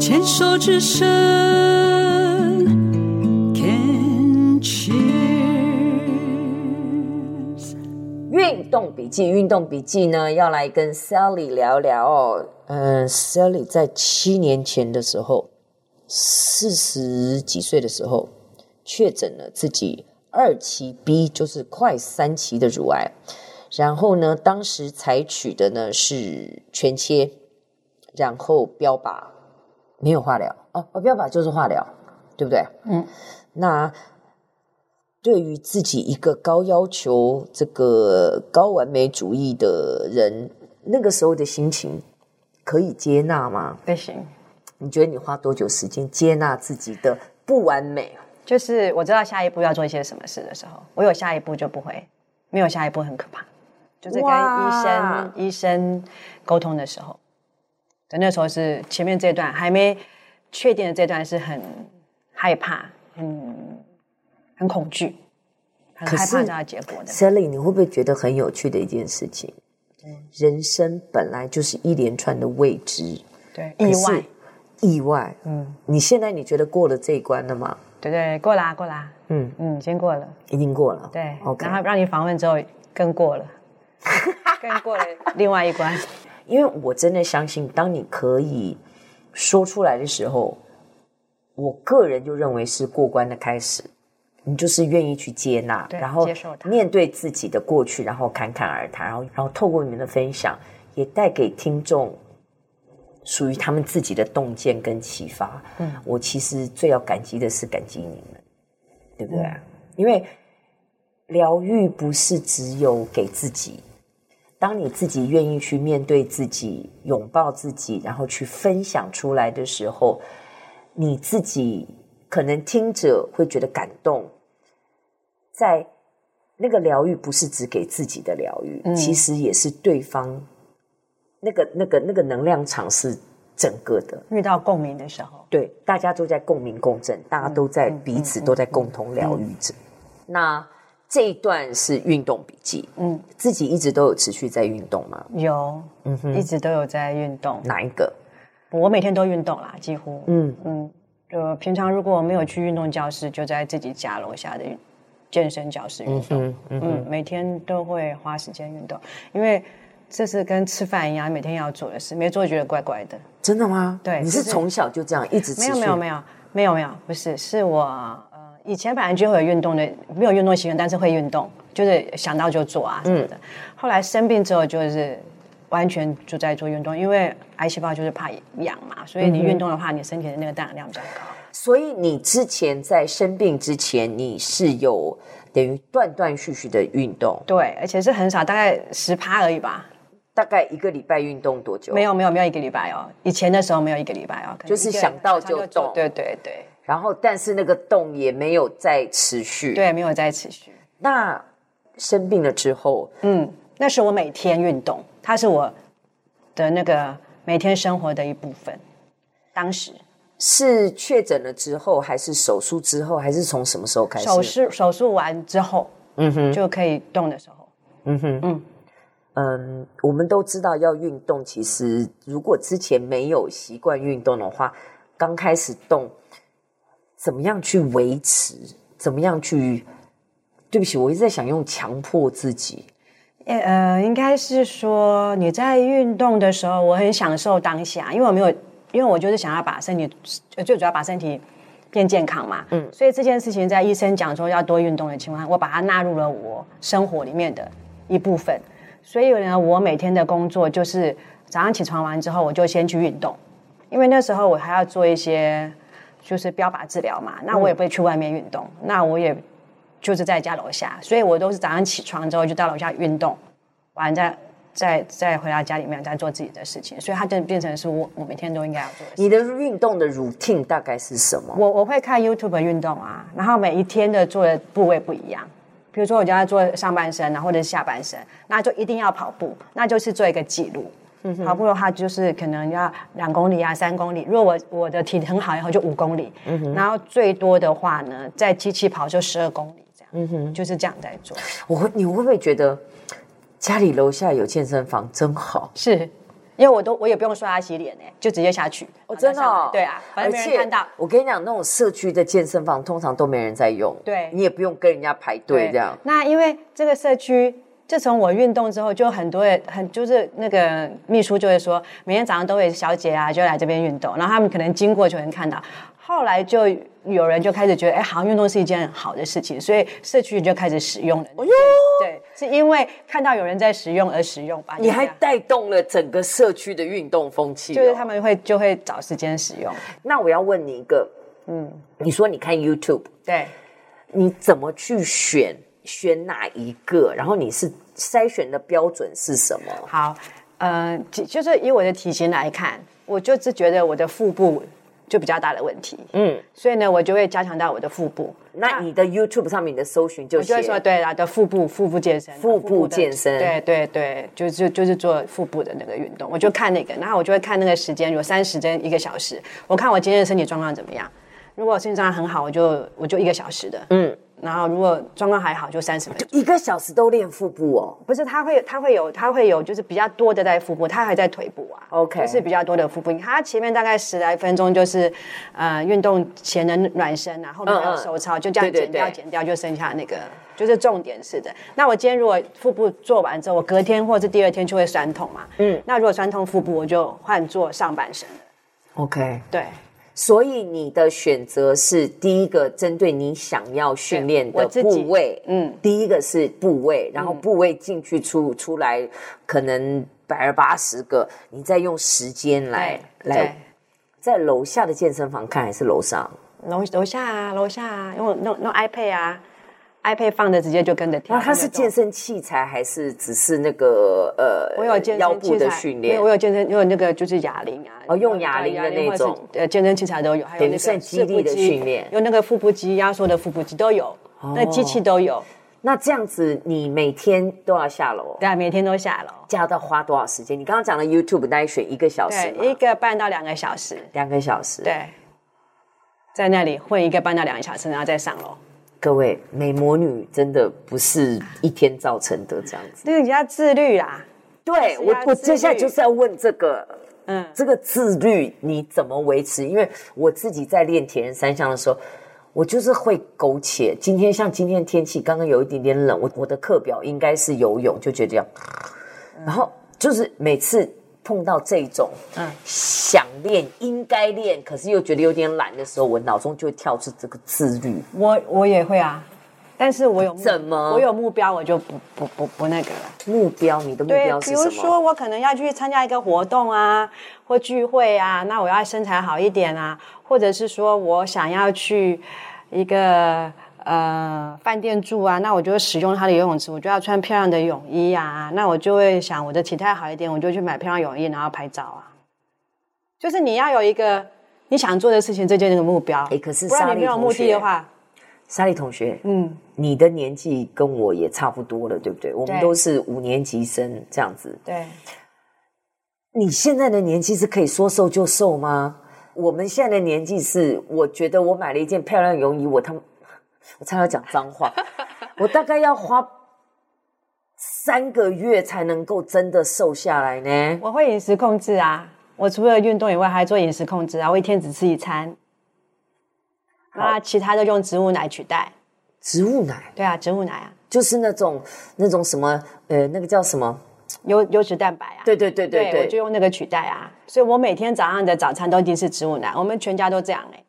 牵手之声，Can Cheers。运动笔记，运动笔记呢，要来跟 Sally 聊聊哦。嗯，Sally 在七年前的时候，四十几岁的时候，确诊了自己二期 B，就是快三期的乳癌。然后呢，当时采取的呢是全切，然后标靶没有化疗哦，哦标靶就是化疗，对不对？嗯，那对于自己一个高要求、这个高完美主义的人，那个时候的心情可以接纳吗？不行，你觉得你花多久时间接纳自己的不完美？就是我知道下一步要做一些什么事的时候，我有下一步就不会，没有下一步很可怕。就是跟医哇生医生沟通的时候，对，那时候是前面这段还没确定的这段是很害怕，嗯，很恐惧，很可害是怕这样的结果的。 Sally，你会不会觉得很有趣的一件事情？人生本来就是一连串的未知、对，可意是外，意外。嗯，你现在你觉得过了这一关了吗？对对，过啦过啦，嗯，嗯，先过了。已经过了。对，OK 然。后让你访问之后更过 了，更过了另外一关。因为我真的相信，当你可以说出来的时候，我个人就认为是过关的开始。你就是愿意去接纳，对然后接受它面对自己的过去，然后侃侃而谈，然后然后透过你们的分享，也带给听众属于他们自己的洞见跟启发。嗯，我其实最要感激的是感激你们，对不对？嗯因为疗愈不是只有给自己，当你自己愿意去面对自己、拥抱自己，然后去分享出来的时候，你自己可能听者会觉得感动，在那个疗愈不是只给自己的疗愈，其实也是对方那个、那个、那个能量场是整个的。遇到共鸣的时候，对，大家都在共鸣共振，大家都在彼此都在共同疗愈着。那这一段是运动笔记，嗯，自己一直都有持续在运动吗？有，嗯哼，一直都有在运动。哪一个？我每天都运动啦，几乎。嗯，嗯，就平常如果我没有去运动教室，就在自己家楼下的健身教室运动。嗯嗯，嗯，每天都会花时间运动，因为这是跟吃饭一样，每天要做的事，没做觉得怪怪的。真的吗？对你就是是从小就这样一直持没续？有没有没有没有没有，不是，是我呃以前本来就会有运动的，没有运动习惯，但是会运动，就是想到就做啊什嗯么的。后来生病之后，就是完全就在做运动，因为癌细胞就是怕痒嘛，所以你运动的话，你身体的那个氮氧量比较嗯高。所以你之前在生病之前，你是有等于断断续续的运动，对，而且是很少，大概十趴而已吧。大概一个礼拜运动多久？没。有没有没有一个礼拜哦，以前的时候没有一个礼拜哦，可能就是一个想到想到就做动对对对然后，但是那个动也没有再持续。。对，没有再持续。那生病了之后，嗯，那是我每天运动，它是我的那个每天生活的一部分。当时是确诊了之后，还是手术之后，还是从什么时候开始？手术手术完之后，嗯哼，就可以动的时候，嗯，我们都知道要运动，其实如果之前没有习惯运动的话，刚开始动，怎么样去维持？怎么样去？对不起，我一直在想用强迫自己。呃呃，应该是说你在运动的时候，我很享受当下，因为我没有，因为我就是想要把身体，呃最主要把身体变健康嘛。嗯，所以这件事情在医生讲说要多运动的情况下，我把它纳入了我生活里面的一部分。所以呢，我每天的工作就是早上起床完之后，我就先去运动，因为那时候我还要做一些就是标靶治疗嘛，那我也不会去外面运动，那我也就是在家楼下，所以我都是早上起床之后就到楼下运动，完再再再回到家里面再做自己的事情，所以它就变成是我我每天都应该要做的事。你的运动的 routine 大概是什么？我我会看 YouTube 运动啊，然后每一天的做的部位不一样。比如说，我就要做上半身，然啊后或者是下半身，那就一定要跑步，那就是做一个记录。跑步的话，就是可能要两公里啊、三公里。如果我我的体力很好以后，就五公里。然后最多的话呢，在机器跑就十二公里这样。就是这样在做。我会，你会不会觉得家里楼下有健身房真好？是，因为我都我也不用刷牙洗脸哎、就直接下去。哦，马上真的、上哦来，对啊，反正没而人且看到。我跟你讲，那种社区的健身房通常都没人在用，对你也不用跟人家排队这样。那因为这个社区。自从我运动之后，就很多人很就是那个秘书就会说，每天早上都会小姐啊就来这边运动，然后他们可能经过就能看到。后来就有人就开始觉得，哎，好像运动是一件好的事情，所以社区就开始使用了。哎呦，对，是因为看到有人在使用而使用吧？你还就这样带动了整个社区的运动风气、哦，就是他们会就会找时间使用。那我要问你一个，嗯，你说你看 YouTube，对，你怎么去选选哪一个？然后你是筛选的标准是什么？好，呃，其就是以我的体型来看，我就是觉得我的腹部就比较大的问题，嗯，所以呢，我就会加强到我的腹部。那你的 YouTube 上面你的搜寻就我就写会说，对啦，的腹部腹部健身，腹部的健身对对对，就就就是做腹部的那个运动，我就看那个，然后我就会看那个时间，有三十针一个小时，我看我今天的身体状况怎么样。如果身体状况很好，我就我就一个小时的，嗯，然后如果状况还好，就三十分钟。一个小时都练腹部哦。不是，它会它会有它会有就是比较多的在腹部，它还在腿部啊 OK 就是比较多的腹部。它前面大概十来分钟就是呃运动前的暖身啊，后面还嗯嗯有手操，就这样对对减掉对减掉就剩下那个。就是重点是的，那我今天如果腹部做完之后，我隔天或者是第二天就会酸痛嘛，嗯，那如果酸痛腹部，我就换做上半身了 OK，对，所以你的选择是第一个针对你想要训练对的我自己部位，嗯嗯，第一个是部位，然后部位进去出出来可能百八十个，你再用时间来对来，在楼下的健身房看还是楼上？对楼楼下啊，楼下啊，用弄弄 iPad 啊，iPad 放着直接就跟着跳。那它是那种健身器材还是只是那个呃，我有健身腰部器的材训没练有我？有健身，我有那个就是哑铃啊，哦用哑铃的那种或者是呃，健身器材都有，还有等于那个算肌力的腹肌训练哦有那个腹部肌压缩的腹部肌都有，那机器都有，那这样子你每天都要下楼，对啊，每天都下楼，加到花多少时间？你刚刚讲的 YouTube 大概选一个小时嘛，对，一个半到两个小时，两个小时，对，在那里混一个半到两个小时，然后再上楼。各位，美魔女真的不是一天造成的这样子。那个要自律啦，对是我啊，我自律接下来就是要问这个，嗯，这个自律你怎么维持？因为我自己在练铁人三项的时候，我就是会苟且。今天像今天天气刚刚有一点点冷，我我的课表应该是游泳，就觉得这样，然后就是每次。碰到这种，嗯嗯，想练应该练，可是又觉得有点懒的时候，我脑中就会跳出这个自律。我我也会啊，但是我有目怎么我有目标，我就不不不不那个了。目标，你的目对标，是比什么？如说我可能要去参加一个活动啊，或聚会啊，那我要身材好一点啊，或者是说我想要去一个呃饭店住啊，那我就使用它的游泳池，我就要穿漂亮的泳衣啊，那我就会想我的体态好一点，我就去买漂亮泳衣，然后拍照啊。就是你要有一个你想做的事情，这就是你的目标。诶可是不莎然莉你没有同目的学的话，莎莉同学，嗯，你的年纪跟我也差不多了，对不对？我们对都是五年级生这样子。对。你现在的年纪是可以说瘦就瘦吗？我们现在的年纪是，我觉得我买了一件漂亮泳衣，我他妈，我差点要讲脏 话，我大概要花三个月才能够真的瘦下来呢。我会饮食控制啊，我除了运动以外，还做饮食控制啊。我一天只吃一餐，那其他的用植物奶取代。植物奶对啊，植物奶啊，就是那种那种什么，呃，那个叫什么？优优质蛋白啊。对对对对我就用那个取代啊。所以我每天早上的早餐都一定是植物奶，我们全家都这样哎、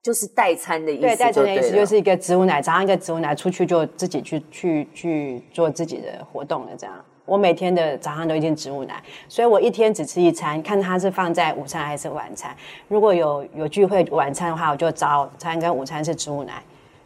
就是代餐的意思就对，了。带着的意思就是一个植物奶，早上一个植物奶，出去就自己去去去做自己的活动了。这样，我每天的早上都一定植物奶，所以我一天只吃一餐，看它是放在午餐还是晚餐。如果有有聚会晚餐的话，我就早餐跟午餐是植物奶；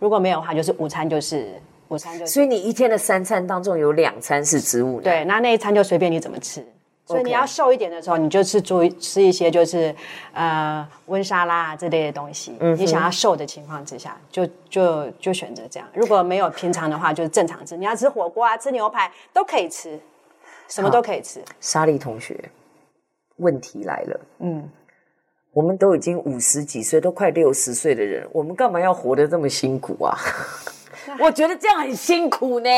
如果没有的话，就是午餐就是午餐就是所以你一天的三餐当中有两餐是植物奶，对，那那一餐就随便你怎么吃。所以 OK 你要瘦一点的时候，你就吃注意吃一些就是呃温沙拉啊这类的东西。你想要瘦的情况之下，就就就选择这样。如果没有平常的话，就是正常吃。你要吃火锅啊，吃牛排都可以吃，什么都可以吃。莎莉同学，问题来了，嗯，我们都已经五十几岁，都快六十岁的人，我们干嘛要活得这么辛苦 啊？我觉得这样很辛苦呢。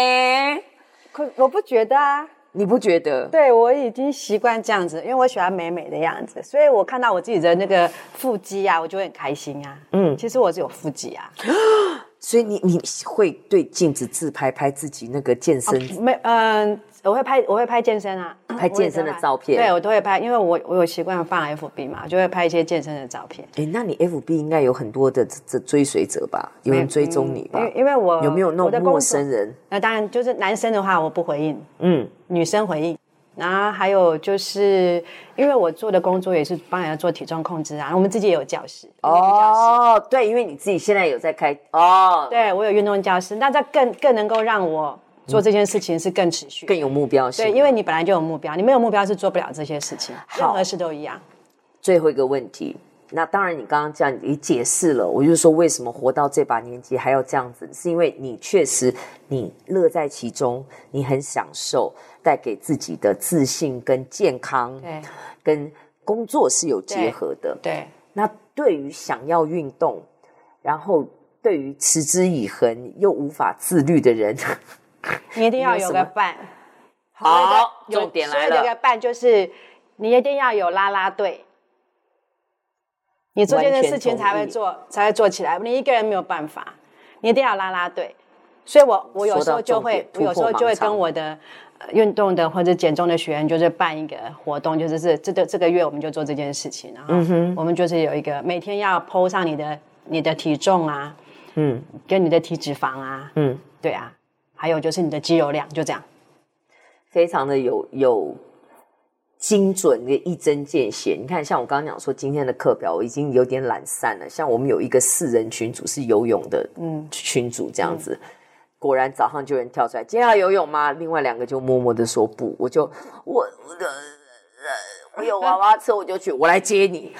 可我不觉得啊，你不觉得？对我已经习惯这样子，因为我喜欢美美的样子，所以我看到我自己的那个腹肌啊，我就会很开心啊。嗯，其实我是有腹肌啊，所以你你会对镜子自拍拍自己那个健身，没嗯、我会拍我会拍健身啊，拍健身的照片我也都会拍对我都会拍，因为我我有习惯放 FB 嘛，就会拍一些健身的照片。哎、那你 FB 应该有很多的这这追随者吧？有人追踪你吧因？为因为我有没有那嗯我的种陌工作生人？那当然就是男生的话，我不回应，嗯，女生回应。然后还有就是，因为我做的工作也是帮人家做体重控制啊，我们自己也有教室，运动教室。哦，对，因为你自己现在有在开哦，对我有运动教室，那这更更能够让我做这件事情是更持续。更有目标性。对，因为你本来就有目标，你没有目标是做不了这些事情，任好何事都一样。最后一个问题，那当然你刚刚这样也解释了，我就说为什么活到这把年纪还要这样子，是因为你确实你乐在其中，你很享受，带给自己的自信跟健康，对跟工作是有结合的。对，那对于想要运动，然后对于持之以恒又无法自律的人，你一定要你有有什个么伴。 好，有重点所来谓的一了，个伴就是你一定要有啦啦队，你做这件事情才会做，才会做起来。你一个人没有办法，你一定要有啦啦队。所以我我有时候就会，说到重点我有时候就会突破盲跟肠我的呃运动的或者减重的学员，就是办一个活动，就是这这个这个月我们就做这件事情，然嗯后我们就是有一个每天要 PO 上你的你的体重啊，嗯跟你的体脂肪啊，嗯，对啊，还有就是你的肌肉量，就这样。非常的有有精准的一针见血。你看，像我刚刚讲说今天的课表，我已经有点懒散了。像我们有一个四人群组是游泳的，嗯，群组这样子。果然早上就有人跳出来，今天要游泳吗？另外两个就默默的说不，我就我我的我有娃娃车，我就去，我来接你。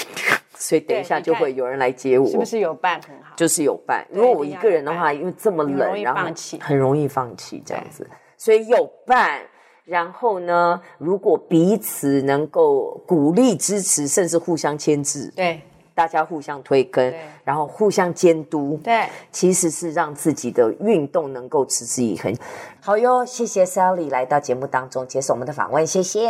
所以等一下对你看就会有人来接我，是不是有伴很好？就是有伴。对如果我一个人的一定话，因为这么你很容冷，易然后放弃很容易放弃这样子，所以有伴。然后呢，如果彼此能够鼓励、支持，甚至互相牵制，对大家互相推坑对，然后互相监督，对。其实是让自己的运动能够持之以恒。好哟，谢谢 Sally 来到节目当中接受我们的访问，谢谢。